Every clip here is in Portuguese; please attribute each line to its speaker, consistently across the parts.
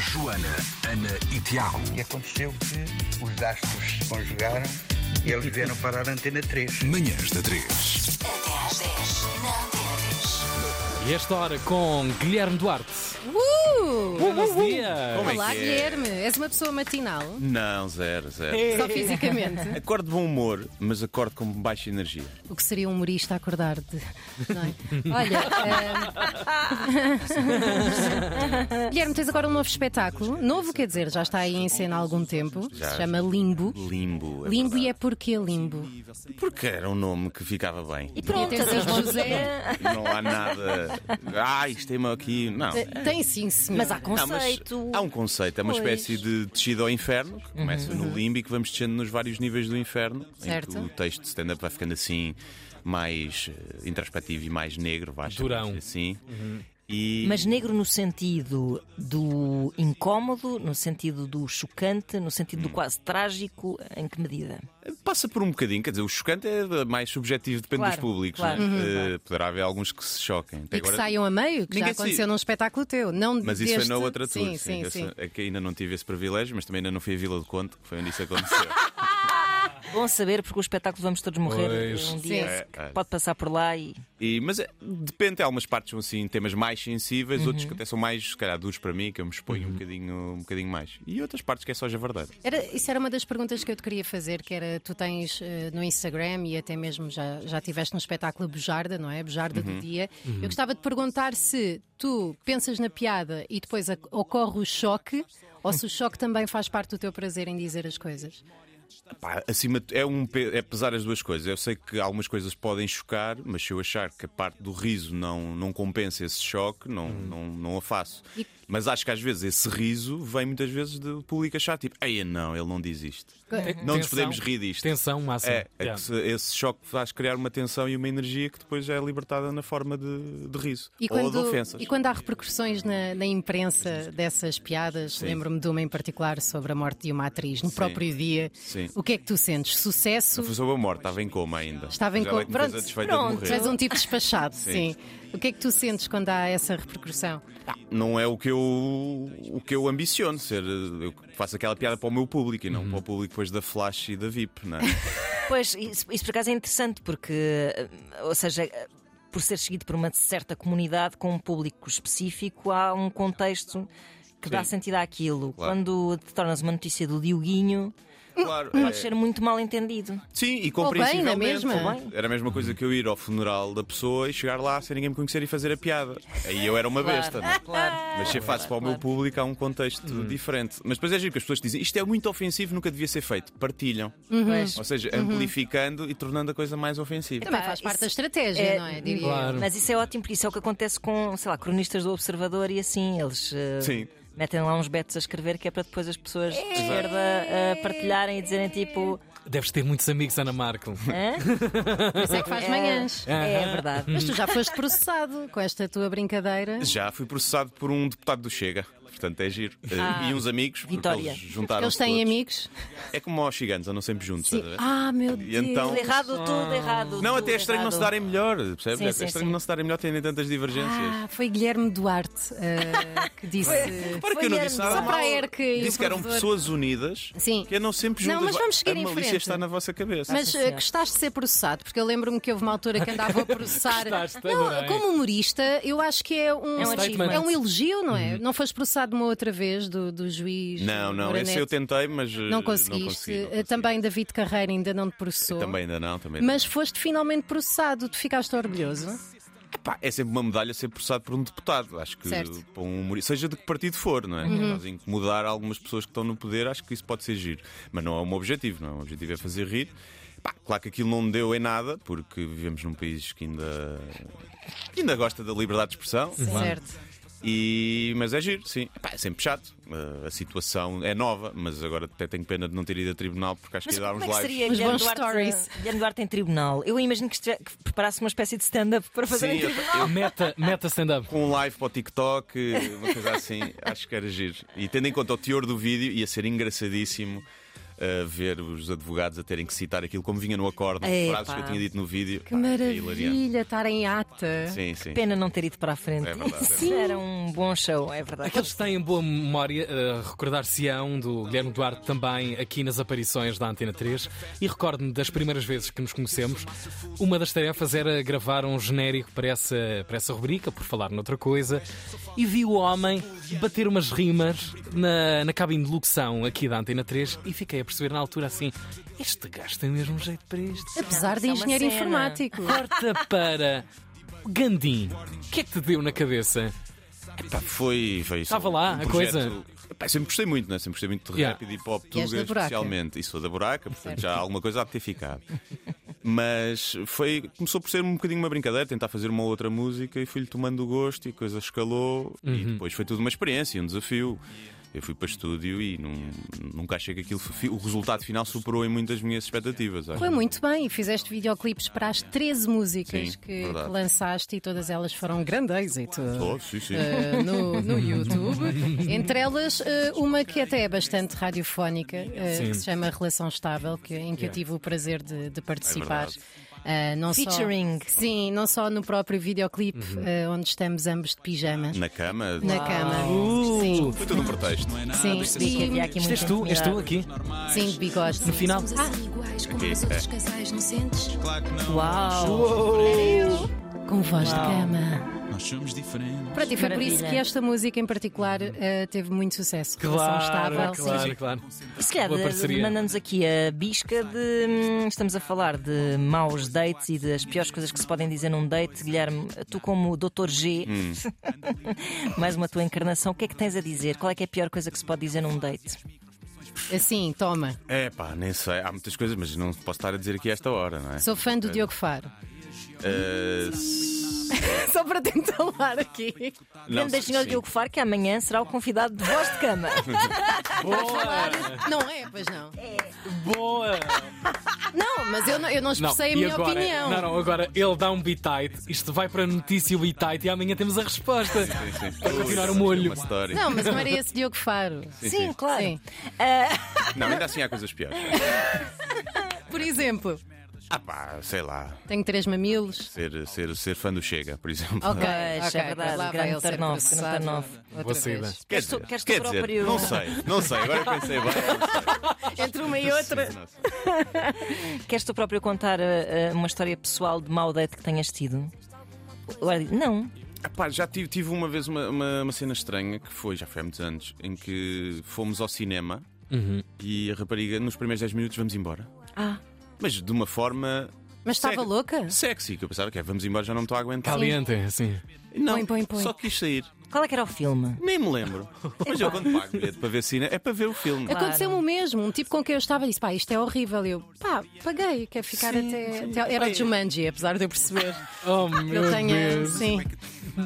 Speaker 1: Joana, Ana e Tiago.
Speaker 2: E aconteceu que os astros se conjugaram e eles vieram parar a Antena 3.
Speaker 1: Manhãs da 3.
Speaker 3: Até às 10, na Antena 3.
Speaker 4: E esta hora com Guilherme Duarte.
Speaker 5: Uh!
Speaker 4: Buenos dias.
Speaker 6: Uhum. Como é
Speaker 5: Olá,
Speaker 6: que é?
Speaker 5: Guilherme. És uma pessoa matinal,
Speaker 6: Não, zero, zero.
Speaker 7: É.
Speaker 5: só fisicamente.
Speaker 6: Acordo de bom humor, mas acordo com baixa energia.
Speaker 5: O que seria um humorista acordar de. Não é? Olha. eh, Guilherme, tens agora um novo espetáculo. Novo, quer dizer, já está aí em cena há algum tempo.
Speaker 6: Já.
Speaker 5: Se chama Limbo.
Speaker 6: Limbo. É
Speaker 5: Limbo e é
Speaker 6: verdade.
Speaker 5: porquê Limbo?
Speaker 6: Porque era um nome que ficava bem.
Speaker 7: E pronto,
Speaker 5: Podia ter sido José.
Speaker 6: Não há nada. Ah, isto tem uma aqui. Não.
Speaker 5: eh, Tem sim, senhor.
Speaker 7: Mas há
Speaker 6: Não, mas
Speaker 7: Eh, conceito.
Speaker 6: há um conceito, é uma
Speaker 7: Pois. Uhum.
Speaker 6: espécie de descida ao inferno, que começa no limbo e que vamos descendo nos vários níveis do inferno. em que
Speaker 5: Certo.
Speaker 6: o texto de stand-up vai ficando assim, mais eh, introspectivo e mais negro, vai
Speaker 4: Durão.
Speaker 6: assim. E...
Speaker 7: Mas negro no sentido do incómodo, no sentido do chocante, no sentido do quase trágico, em que medida?
Speaker 6: Passa por um bocadinho, quer dizer, o chocante é mais subjetivo, depende
Speaker 7: Claro, Uhum.
Speaker 6: dos públicos.
Speaker 7: claro.
Speaker 6: não é? Eh, poderá haver alguns que se choquem. Até
Speaker 5: E que saiam a meio, que já
Speaker 6: Ninguém
Speaker 5: aconteceu
Speaker 6: saiu.
Speaker 5: num espetáculo teu. Não
Speaker 6: Mas isso
Speaker 5: deste...
Speaker 6: foi na outra tour.
Speaker 5: Sim, sim,
Speaker 6: Eu
Speaker 5: sim.
Speaker 6: sei- é que ainda não tive esse privilégio, mas também ainda não fui a Vila do Conte, que foi onde isso aconteceu.
Speaker 7: Bom saber, porque o espetáculo Vamos Todos Morrer
Speaker 4: Pois.
Speaker 7: um
Speaker 5: Sim.
Speaker 7: dia
Speaker 6: É, é.
Speaker 7: pode passar por lá e.
Speaker 6: E- mas é, depende, há algumas partes são assim temas mais sensíveis,
Speaker 7: Uhum.
Speaker 6: outros que até são mais, se calhar, duros para mim, que eu me exponho um, bocadinho, um bocadinho mais. E outras partes que é só a verdade.
Speaker 5: Era- isso era uma das perguntas que eu te queria fazer, que era, tu tens eh, no Instagram e até mesmo já, já tiveste no espetáculo Bujarda, não é? Bujarda
Speaker 6: Uhum.
Speaker 5: do dia. Eu gostava de perguntar se tu pensas na piada e depois ac- ocorre o choque, ou se o choque também faz parte do teu prazer em dizer as coisas.
Speaker 6: Pá, acima de- é, um, pe- é pesar as duas coisas. Eu sei que algumas coisas podem chocar, mas se eu achar que a parte do riso não, não compensa esse choque, não,
Speaker 4: Hum.
Speaker 6: não, não a faço.
Speaker 5: E-
Speaker 6: Mas acho que às vezes esse riso vem muitas vezes do público achar tipo, ei, não, ele não diz isto. Não nos
Speaker 4: Tensão.
Speaker 6: podemos rir disto.
Speaker 4: Tensão máxima.
Speaker 6: É, é que
Speaker 4: Yeah.
Speaker 6: se- esse choque faz criar uma tensão e uma energia que depois é libertada na forma de, de riso
Speaker 5: E
Speaker 6: ou de
Speaker 5: quando,
Speaker 6: ofensas.
Speaker 5: e quando há repercussões na, na imprensa dessas piadas, lembro-me de uma em particular sobre a morte de uma atriz no próprio dia.
Speaker 6: Sim.
Speaker 5: O que é que tu sentes? Sucesso?
Speaker 6: Não foi sobre a morte, estava em coma ainda.
Speaker 5: Estava em
Speaker 6: Mas ela
Speaker 5: coma.
Speaker 6: É que me fez a
Speaker 5: Pronto,
Speaker 6: desfeita
Speaker 7: pronto.
Speaker 6: de
Speaker 5: Tu és
Speaker 6: morrer.
Speaker 5: um tipo despachado, sim. O que é que tu sentes quando há essa repercussão?
Speaker 6: Não é o que eu, o que eu ambiciono ser. Eu faço aquela piada para o meu público e não para o público depois da Flash e da VIP, não é?
Speaker 7: Pois, isso, isso por acaso é interessante, porque. eh, Ou seja. eh, Por ser seguido por uma certa comunidade com um público específico, há um contexto que dá sentido àquilo.
Speaker 6: Claro.
Speaker 7: Quando te tornas uma notícia do Dioguinho,
Speaker 6: Claro. é,
Speaker 7: pode ser muito mal entendido.
Speaker 6: Sim, e
Speaker 5: Ou bem, na
Speaker 6: compreensivelmente.
Speaker 5: mesma?
Speaker 6: Era a mesma coisa que eu ir ao funeral da pessoa e chegar lá sem ninguém me conhecer e fazer a piada. Aí eu era uma besta, não é?
Speaker 7: claro.
Speaker 6: Mas se eu faço para o meu público há um contexto diferente. Mas depois é giro que as pessoas dizem isto é muito ofensivo, nunca devia ser feito. Partilham.
Speaker 7: Pois.
Speaker 6: Ou seja, amplificando e tornando a coisa mais ofensiva.
Speaker 5: Também
Speaker 7: Epá,
Speaker 5: faz parte
Speaker 7: isso
Speaker 5: da estratégia,
Speaker 7: é-
Speaker 5: não é? Diria.
Speaker 4: Claro.
Speaker 7: Mas isso é ótimo, porque isso é o que acontece com, sei lá, cronistas do Observador e assim, eles eh,
Speaker 6: Sim.
Speaker 7: metem lá uns betos a escrever que é para depois as pessoas de esquerda eh, partilharem e dizerem tipo.
Speaker 4: Deves ter muitos amigos, Ana Marco.
Speaker 7: Hã?
Speaker 5: Por isso é que faz manhãs.
Speaker 7: É, verdade.
Speaker 5: Mas tu já foste processado com esta tua brincadeira.
Speaker 6: Já fui processado por um deputado do Chega. Portanto, é giro.
Speaker 7: Ah,
Speaker 6: e uns amigos, porque
Speaker 7: Vitória.
Speaker 6: eles juntaram
Speaker 5: Eles têm amigos.
Speaker 6: É como aos gigantes, andam sempre juntos.
Speaker 5: Sim.
Speaker 6: estás a ver?
Speaker 5: Ah, meu
Speaker 6: E
Speaker 5: Deus.
Speaker 6: então-
Speaker 7: Tudo errado, tudo errado.
Speaker 6: Não,
Speaker 7: tudo
Speaker 6: até é estranho não se
Speaker 7: errado.
Speaker 6: darem melhor, percebes?
Speaker 7: Sim,
Speaker 6: é
Speaker 7: sim,
Speaker 6: estranho
Speaker 7: sim.
Speaker 6: não se darem melhor, tendo tantas divergências.
Speaker 5: Ah, foi Guilherme Duarte eh, que disse.
Speaker 6: Para que eu não disse nada
Speaker 5: Só para
Speaker 6: mal.
Speaker 5: a ERC e o
Speaker 6: Disse que um eram
Speaker 5: provedor.
Speaker 6: pessoas unidas
Speaker 5: Sim.
Speaker 6: que andam sempre
Speaker 5: Não,
Speaker 6: juntas.
Speaker 5: mas vamos seguir
Speaker 6: a
Speaker 5: em
Speaker 6: malícia
Speaker 5: frente.
Speaker 6: está na vossa
Speaker 4: Tá
Speaker 6: cabeça.
Speaker 5: Mas
Speaker 7: sim,
Speaker 5: eh,
Speaker 7: senhora.
Speaker 5: gostaste de ser processado, porque eu lembro-me que houve uma altura que andava a processar.
Speaker 4: Gostaste,
Speaker 5: não,
Speaker 4: adorei.
Speaker 5: como humorista, eu acho que é um,
Speaker 7: É um
Speaker 4: statement. Uhum.
Speaker 5: é um elogio, não é? Não foste processado uma outra vez do, do juiz.
Speaker 6: Não, não,
Speaker 5: Moranete?
Speaker 6: esse eu tentei, mas. eh,
Speaker 5: Não conseguiste.
Speaker 6: Não consegui, não
Speaker 5: Eh,
Speaker 6: consegui.
Speaker 5: Também David Carreira ainda não te processou.
Speaker 6: Também ainda não, também.
Speaker 5: Mas foste finalmente processado, tu ficaste orgulhoso.
Speaker 6: Pá, é sempre uma medalha ser processado por um deputado. Acho que
Speaker 5: Certo.
Speaker 6: para um humorista, seja de que partido for, não é?
Speaker 7: Uhum.
Speaker 6: Nós incomodar algumas pessoas que estão no poder, acho que isso pode ser giro. Mas não é o meu objetivo, não é? O meu objetivo é fazer rir. Pá, claro que aquilo não me deu em nada, porque vivemos num país que ainda, que ainda gosta da liberdade de expressão.
Speaker 5: Certo.
Speaker 6: E, mas é giro, sim. Pá, é sempre chato. Uh, a situação é nova, mas agora até tenho pena de não ter ido a tribunal porque acho
Speaker 7: Mas
Speaker 6: que ia dar uns
Speaker 7: como é que
Speaker 6: lives.
Speaker 7: seria
Speaker 5: Uns
Speaker 7: Guilherme
Speaker 5: bons
Speaker 7: Duarte,
Speaker 5: stories.
Speaker 7: Guilherme Duarte em tribunal? Eu imagino que, estive- que preparasse uma espécie de stand-up para fazer
Speaker 6: Sim,
Speaker 7: em
Speaker 6: eu-
Speaker 7: tribunal.
Speaker 4: Meta, meta stand-up.
Speaker 6: com um live para o TikTok, uma coisa assim, acho que era giro. E tendo em conta o teor do vídeo, ia ser engraçadíssimo. a ver os advogados a terem que citar aquilo como vinha no acórdão,
Speaker 7: Epá.
Speaker 6: frases que eu tinha dito no vídeo.
Speaker 5: Que
Speaker 6: Pá, é hilariante.
Speaker 5: maravilha estar em ata.
Speaker 6: Sim, sim.
Speaker 7: Pena não ter ido para a frente.
Speaker 6: É verdade, é
Speaker 7: Isso Era um bom show, é verdade.
Speaker 4: Aqueles que têm boa memória, eh, recordar-se-ão do Guilherme Duarte também aqui nas aparições da Antena 3. E recordo-me das primeiras vezes que nos conhecemos, uma das tarefas era gravar um genérico para essa, para essa rubrica, por falar noutra coisa, e vi o homem bater umas rimas na, na cabine de locução aqui da Antena 3 e fiquei a perceber na altura assim: este gajo tem mesmo jeito para isto.
Speaker 5: Apesar de
Speaker 7: Não, isso é uma
Speaker 5: engenheiro
Speaker 7: cena.
Speaker 5: informático.
Speaker 4: Corta para Gandim. O que é que te deu na cabeça?
Speaker 6: Epá, foi, foi isso. Um
Speaker 4: Estava lá, a coisa.
Speaker 6: Epá, sempre gostei muito, né? Sempre gostei muito de
Speaker 4: Yeah.
Speaker 6: rap e de hip hop,
Speaker 5: E és
Speaker 6: tuga,
Speaker 5: da Buraca.
Speaker 6: especialmente. E sou da buraca, portanto já há alguma coisa a ter ficado. Mas foi, começou por ser um bocadinho uma brincadeira, tentar fazer uma outra música e fui-lhe tomando o gosto e a coisa escalou. E
Speaker 4: Uhum.
Speaker 6: depois foi tudo uma experiência, um desafio. Eu fui para estúdio e num- nunca achei que aquilo. fi- O resultado final superou em muitas minhas expectativas. acho.
Speaker 5: Foi muito bem e fizeste videoclipes para as 13 músicas
Speaker 6: Sim,
Speaker 5: que
Speaker 6: verdade.
Speaker 5: lançaste e todas elas foram um grande êxito.
Speaker 6: Oh, sim, sim.
Speaker 5: eh, no, no YouTube. Entre elas, eh, uma que até é bastante radiofónica, eh,
Speaker 4: Sim.
Speaker 5: que se chama Relação Estável, que, em que eu tive o prazer de, de participar.
Speaker 6: verdade.
Speaker 5: Eh, não só-
Speaker 7: Featuring.
Speaker 5: sim, não só no próprio videoclipe, eh, onde estamos ambos de pijamas
Speaker 6: Na cama.
Speaker 5: na cama. Sim,
Speaker 6: Foi todo um pretexto.
Speaker 5: sim.
Speaker 7: Percebi que havia
Speaker 5: E,
Speaker 7: aqui
Speaker 4: Isto és
Speaker 7: muita
Speaker 4: tu, és
Speaker 7: intimidade.
Speaker 4: tu aqui.
Speaker 5: sim, Ah, de bigode.
Speaker 4: No final.
Speaker 3: Somos assim iguais como
Speaker 6: Ok,
Speaker 3: os outros casais, não sentes?
Speaker 7: Uau!
Speaker 5: Com voz de cama.
Speaker 8: Nós somos diferentes.
Speaker 5: Pronto, e foi por isso
Speaker 7: Maravilha.
Speaker 5: que esta música em particular eh, teve muito sucesso. Relação estável.
Speaker 4: Claro,
Speaker 5: sim.
Speaker 4: claro, claro.
Speaker 7: E se calhar
Speaker 4: Boa parceria.
Speaker 7: é, mandamos aqui a bisca de. hum, Estamos a falar de maus dates e das piores coisas que se podem dizer num date. Guilherme, tu, como Dr. G, mais uma tua encarnação, o que é que tens a dizer? Qual é que é a pior coisa que se pode dizer num date?
Speaker 5: Assim, toma.
Speaker 6: É pá, nem sei. Há muitas coisas, mas não posso estar a dizer aqui a esta hora, não é?
Speaker 5: Sou fã do Diogo Faro.
Speaker 6: Eh, s-
Speaker 5: Só para tentar lar aqui.
Speaker 6: não,
Speaker 7: Grande beijinho ao
Speaker 6: sim.
Speaker 7: Diogo Faro, que amanhã será o convidado de voz de cama.
Speaker 5: Não é, pois não.
Speaker 4: Boa!
Speaker 5: Não, mas eu não, eu
Speaker 4: Não,
Speaker 5: não expressei
Speaker 4: e
Speaker 5: a minha
Speaker 4: agora,
Speaker 5: opinião.
Speaker 4: Não, não, agora ele dá um bitite, isto vai para notícia bitite e amanhã temos a resposta.
Speaker 6: Sim, sim.
Speaker 4: Para continuar o
Speaker 6: Ui,
Speaker 4: molho.
Speaker 6: uma história.
Speaker 5: Não, mas não era esse Diogo Faro.
Speaker 7: Sim, claro.
Speaker 5: Sim.
Speaker 6: Não, ainda assim há coisas piores.
Speaker 5: Por exemplo,
Speaker 6: Ah pá, sei lá.
Speaker 5: tenho três mamilos.
Speaker 6: Ser, ser, ser fã do Chega, por exemplo.
Speaker 5: Ok,
Speaker 7: Pois,
Speaker 5: ok,
Speaker 7: é verdade,
Speaker 5: lá vai
Speaker 7: grande
Speaker 5: ele ser
Speaker 7: turn off,
Speaker 5: processado
Speaker 7: grande turn off.
Speaker 5: outra
Speaker 4: Boa saída.
Speaker 5: vez.
Speaker 6: Quer
Speaker 7: Queres
Speaker 6: dizer,
Speaker 7: tu- queres tu
Speaker 6: quer dizer,
Speaker 7: próprio-
Speaker 6: não sei, não sei. Agora pensei bem.
Speaker 5: Entre uma e outra.
Speaker 6: não sei.
Speaker 7: Queres tu próprio contar eh, eh, uma história pessoal de mau date que tenhas tido? Agora, digo, não.
Speaker 6: Ah, pá, já tive, tive uma vez uma, uma, uma cena estranha que foi, já foi há muitos anos, em que fomos ao cinema e a rapariga, nos primeiros 10 minutos, vamos embora.
Speaker 7: Ah.
Speaker 6: Mas de uma forma
Speaker 5: Mas estava
Speaker 6: Sério?
Speaker 5: louca?
Speaker 6: sexy, que eu pensava que é, vamos embora, já não me estou a aguentar.
Speaker 4: Caliente, assim.
Speaker 6: Não,
Speaker 5: Põe, põe, põe.
Speaker 6: só quis sair.
Speaker 7: Qual é que era o filme?
Speaker 6: Nem me lembro. Mas eu quando pago bilhete para ver cine é para ver o filme.
Speaker 5: Aconteceu-me o mesmo. Um tipo com quem eu estava disse: pá, isto é horrível. E eu, pá, paguei. Quero ficar até, até. Era Jumanji, apesar de eu perceber.
Speaker 4: Oh,
Speaker 5: que
Speaker 4: meu
Speaker 5: Ele tenha.
Speaker 4: Deus.
Speaker 5: Sim.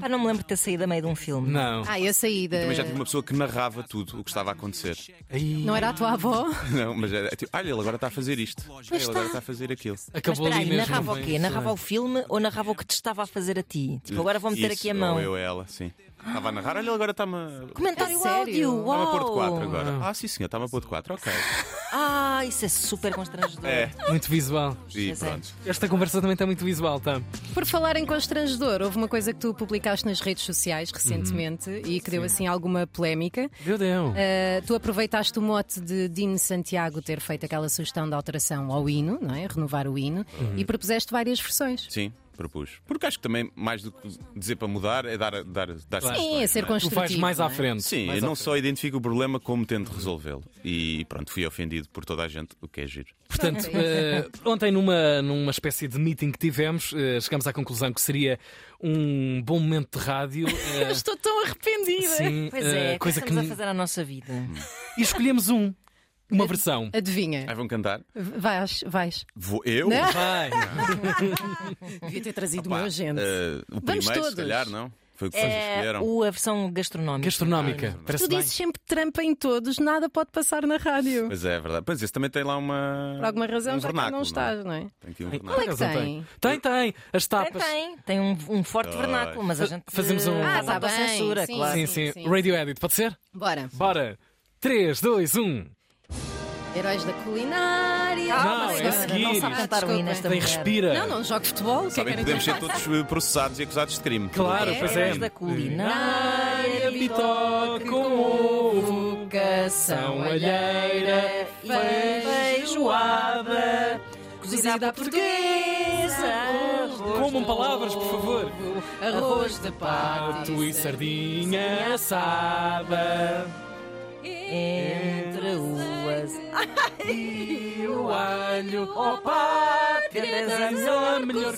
Speaker 7: Ah, não me lembro de ter saído a meio de um filme.
Speaker 4: Não.
Speaker 5: Ah, eu saí da.
Speaker 6: Também
Speaker 7: é.
Speaker 6: já tive uma pessoa que narrava tudo o que estava a acontecer.
Speaker 4: Ai,
Speaker 5: Não era a tua avó?
Speaker 6: Não, mas era tipo, olha, ele agora está a fazer isto. ele agora está a fazer aquilo.
Speaker 7: Mas
Speaker 4: acabou
Speaker 7: espera
Speaker 4: ali
Speaker 7: aí,
Speaker 4: mesmo.
Speaker 7: narrava o
Speaker 4: bem.
Speaker 7: quê? Narrava o filme ou narrava o que te estava a fazer a ti? Tipo, agora vou meter
Speaker 6: Isso,
Speaker 7: aqui a mão.
Speaker 6: Ou eu, ela, sim. Estava a narrar, olha, ele agora está-me a.
Speaker 7: Comentário
Speaker 5: É sério?
Speaker 7: áudio,
Speaker 6: Está-me a pôr de
Speaker 7: uau!
Speaker 6: 4 agora. Ah, sim, senhor, está-me a pôr de 4, ok.
Speaker 7: Ah, isso é super constrangedor.
Speaker 6: É,
Speaker 4: Muito visual.
Speaker 6: e
Speaker 7: Pois é.
Speaker 6: pronto.
Speaker 4: Esta conversa também está muito visual, tá?
Speaker 5: Por falar em constrangedor, houve uma coisa que tu publicaste nas redes sociais recentemente
Speaker 4: Uhum.
Speaker 5: e que deu assim alguma polémica.
Speaker 4: Meu Deus.
Speaker 5: Uh, tu aproveitaste o mote de Dino Santiago ter feito aquela sugestão de alteração ao hino, não é? Renovar o hino,
Speaker 4: Uhum.
Speaker 5: e propuseste várias versões.
Speaker 6: Sim, propus. Porque acho que também, mais do que dizer para mudar, é dar. dar, dar
Speaker 5: Sim, é ser
Speaker 4: tu
Speaker 5: construtivo.
Speaker 4: vais mais à
Speaker 5: não é?
Speaker 4: frente.
Speaker 6: Sim,
Speaker 4: mais
Speaker 6: eu não
Speaker 4: à
Speaker 6: só identifico o problema como tento resolvê-lo. E pronto, fui ofendido por toda a gente, o que é giro.
Speaker 4: Portanto,
Speaker 5: É
Speaker 4: eh, ontem, numa, numa espécie de meeting que tivemos, eh, chegámos à conclusão que seria um bom momento de rádio. eh,
Speaker 5: Estou tão arrependida.
Speaker 4: sim,
Speaker 7: Pois
Speaker 4: eh,
Speaker 7: é, o que
Speaker 4: coisa que
Speaker 7: estamos
Speaker 4: n- Hum,
Speaker 7: a fazer à nossa vida.
Speaker 4: E escolhemos um,
Speaker 5: Eh,
Speaker 4: uma versão.
Speaker 5: Adivinha,
Speaker 6: Aí vão cantar?
Speaker 5: vais, vais.
Speaker 6: Vou eu?
Speaker 5: Não.
Speaker 4: Vai.
Speaker 5: Devia ter trazido
Speaker 6: Pá,
Speaker 5: uma gente.
Speaker 6: eh, o
Speaker 5: Vamos
Speaker 6: primeiro,
Speaker 5: todos.
Speaker 6: se calhar, não? Foi o que vocês
Speaker 7: É
Speaker 6: escolheram.
Speaker 7: o, a versão gastronómica.
Speaker 4: Gastronómica. Parece
Speaker 5: Tu
Speaker 4: bem.
Speaker 5: dizes sempre trampa em todos, nada pode passar na rádio.
Speaker 6: Pois é, é verdade. Pois esse também tem lá uma.
Speaker 5: Por alguma razão,
Speaker 6: um
Speaker 5: já cá
Speaker 6: vernáculo,
Speaker 5: não estás, não é?
Speaker 6: Tem aqui um
Speaker 4: Ai,
Speaker 6: vernáculo.
Speaker 5: é que
Speaker 4: razão
Speaker 5: tem?
Speaker 4: Tem, tem. As
Speaker 7: Tem,
Speaker 4: tapas.
Speaker 7: tem. Tem um, um forte
Speaker 6: Pois.
Speaker 7: vernáculo, mas a gente. eh,
Speaker 4: Fazemos um-
Speaker 7: faz
Speaker 4: Ah, tá
Speaker 7: autocensura,
Speaker 5: bem,
Speaker 7: claro.
Speaker 4: Sim,
Speaker 5: Sim,
Speaker 4: sim.
Speaker 5: sim.
Speaker 4: Radio Edit, pode ser?
Speaker 5: Bora.
Speaker 4: Bora. 3, 2, 1.
Speaker 5: Heróis da culinária.
Speaker 4: Não, é
Speaker 5: Senhora,
Speaker 4: seguir.
Speaker 5: Ah, não
Speaker 7: sabe
Speaker 5: sabe
Speaker 7: cantar o hino
Speaker 5: desculpa.
Speaker 7: esta
Speaker 4: Tem
Speaker 7: mulher.
Speaker 4: respira.
Speaker 5: Não, não jogo futebol. o que é que
Speaker 6: Sabem que
Speaker 5: era
Speaker 6: podemos
Speaker 5: que eu
Speaker 6: ser
Speaker 5: faça?
Speaker 6: todos eh, processados e acusados de crime.
Speaker 4: Claro,
Speaker 5: É,
Speaker 4: pois é.
Speaker 7: Heróis da culinária,
Speaker 4: bitoque com ovo,
Speaker 5: cação
Speaker 4: alheira,
Speaker 7: feijoada,
Speaker 5: cozida à portuguesa, arroz
Speaker 4: Comam
Speaker 5: de
Speaker 4: palavras, por favor.
Speaker 5: ovo, Arroz de pato
Speaker 4: Pato e sardinha assada.
Speaker 7: Entre uvas
Speaker 4: E o alho, é
Speaker 7: Oh, pátria
Speaker 4: da
Speaker 7: da
Speaker 4: minha
Speaker 7: melhor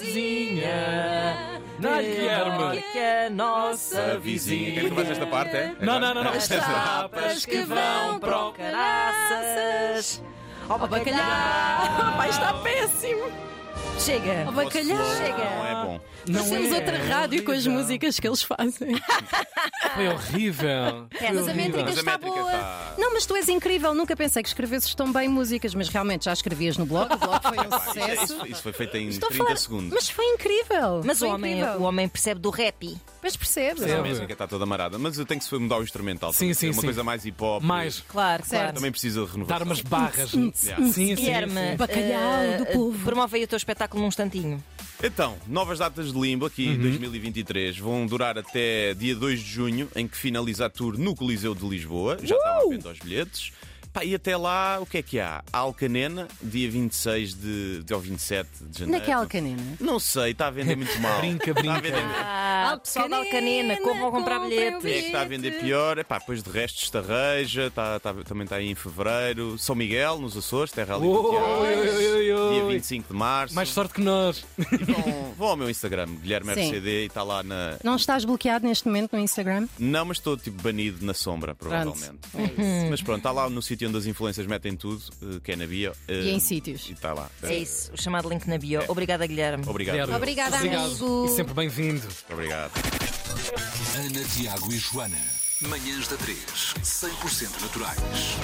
Speaker 4: melhorzinha. Não, Guilherme.
Speaker 7: que é a nossa
Speaker 6: vizinha. Quem é que
Speaker 7: vizinha.
Speaker 6: não faz esta parte, é?
Speaker 4: Não, não, não, não.
Speaker 7: As chapas que vão para o caraças. Ao
Speaker 5: Ah,
Speaker 7: bacalhau. Pai, está péssimo. Chega.
Speaker 5: Ao bacalhau.
Speaker 6: Não é bom.
Speaker 4: Não
Speaker 5: Temos
Speaker 4: é.
Speaker 5: outra rádio com as
Speaker 4: Horrível.
Speaker 5: músicas que eles fazem.
Speaker 4: Foi horrível. Foi
Speaker 5: É, Mas a
Speaker 4: horrível.
Speaker 5: métrica
Speaker 6: Mas a
Speaker 5: está
Speaker 6: métrica
Speaker 5: boa.
Speaker 6: está-
Speaker 5: Não, mas tu és incrível. Nunca pensei que escrevesses tão bem músicas, mas realmente já escrevias no blog. O blog foi um
Speaker 6: Ah, Isso,
Speaker 5: sucesso.
Speaker 6: isso- isso foi feito em
Speaker 5: Estou a
Speaker 6: 30
Speaker 5: falar-
Speaker 6: segundos.
Speaker 5: Mas foi incrível.
Speaker 7: Mas o
Speaker 5: Foi
Speaker 7: homem, é
Speaker 5: incrível.
Speaker 7: o homem percebe do rap.
Speaker 5: Mas percebes?
Speaker 6: A
Speaker 4: Percebe?
Speaker 6: música É está toda amarada, mas eu tenho que se mudar o instrumental.
Speaker 4: Sim,
Speaker 6: também.
Speaker 4: sim,
Speaker 6: É Uma
Speaker 4: sim.
Speaker 6: coisa mais hip hop.
Speaker 4: Mais
Speaker 7: Claro,
Speaker 5: Certo.
Speaker 7: claro.
Speaker 6: Também precisa de renovação.
Speaker 4: dar umas barras.
Speaker 6: Yeah.
Speaker 4: Sim, sim,
Speaker 7: Guilherme,
Speaker 4: sim.
Speaker 5: Bacalhau
Speaker 7: é eh,
Speaker 5: do
Speaker 7: eh,
Speaker 5: povo.
Speaker 7: Promove aí o teu espetáculo num instantinho.
Speaker 6: Então, novas datas de limbo aqui em
Speaker 4: Uhum.
Speaker 6: 2023 vão durar até dia 2 de junho, em que finaliza a tour no Coliseu de Lisboa. Já estava à venda aos bilhetes. Pá, e até lá, o que é que há? A Alcanena, dia 26 de, de, ou 27 de janeiro.
Speaker 5: Naquela canina.
Speaker 6: Não sei, está a vender muito mal.
Speaker 4: Brinca,
Speaker 6: Está a
Speaker 4: brinca.
Speaker 6: vender muito
Speaker 7: Ah, pessoal da Alcanena, como vão comprar
Speaker 5: comprem o
Speaker 6: Quem é
Speaker 7: bilhetes?
Speaker 6: que está a vender pior? Epá, depois de resto, Estarreja, tá, tá- também está aí em fevereiro. São Miguel, nos Açores, Terra ali. do Tiago.
Speaker 4: Oi, oi, oi, oi.
Speaker 6: Dia 25 de março.
Speaker 4: Mais sorte que nós.
Speaker 6: E vão, vão ao meu Instagram, Guilherme
Speaker 5: Sim.
Speaker 6: RCD, e está lá na.
Speaker 5: Não estás bloqueado neste momento no Instagram?
Speaker 6: Não, mas estou tipo banido na sombra, provavelmente. Mas pronto, está lá no sítio onde as influências metem tudo, eh, que é na bio. eh,
Speaker 5: E em sítios.
Speaker 6: E está lá.
Speaker 7: É isso, o chamado link na bio. Obrigada, Guilherme.
Speaker 6: Obrigado.
Speaker 5: Obrigada,
Speaker 4: Obrigado.
Speaker 5: amigo.
Speaker 4: E sempre bem-vindo.
Speaker 6: Obrigado.
Speaker 1: Ana, Tiago e Joana. Manhãs da 3. 100% naturais.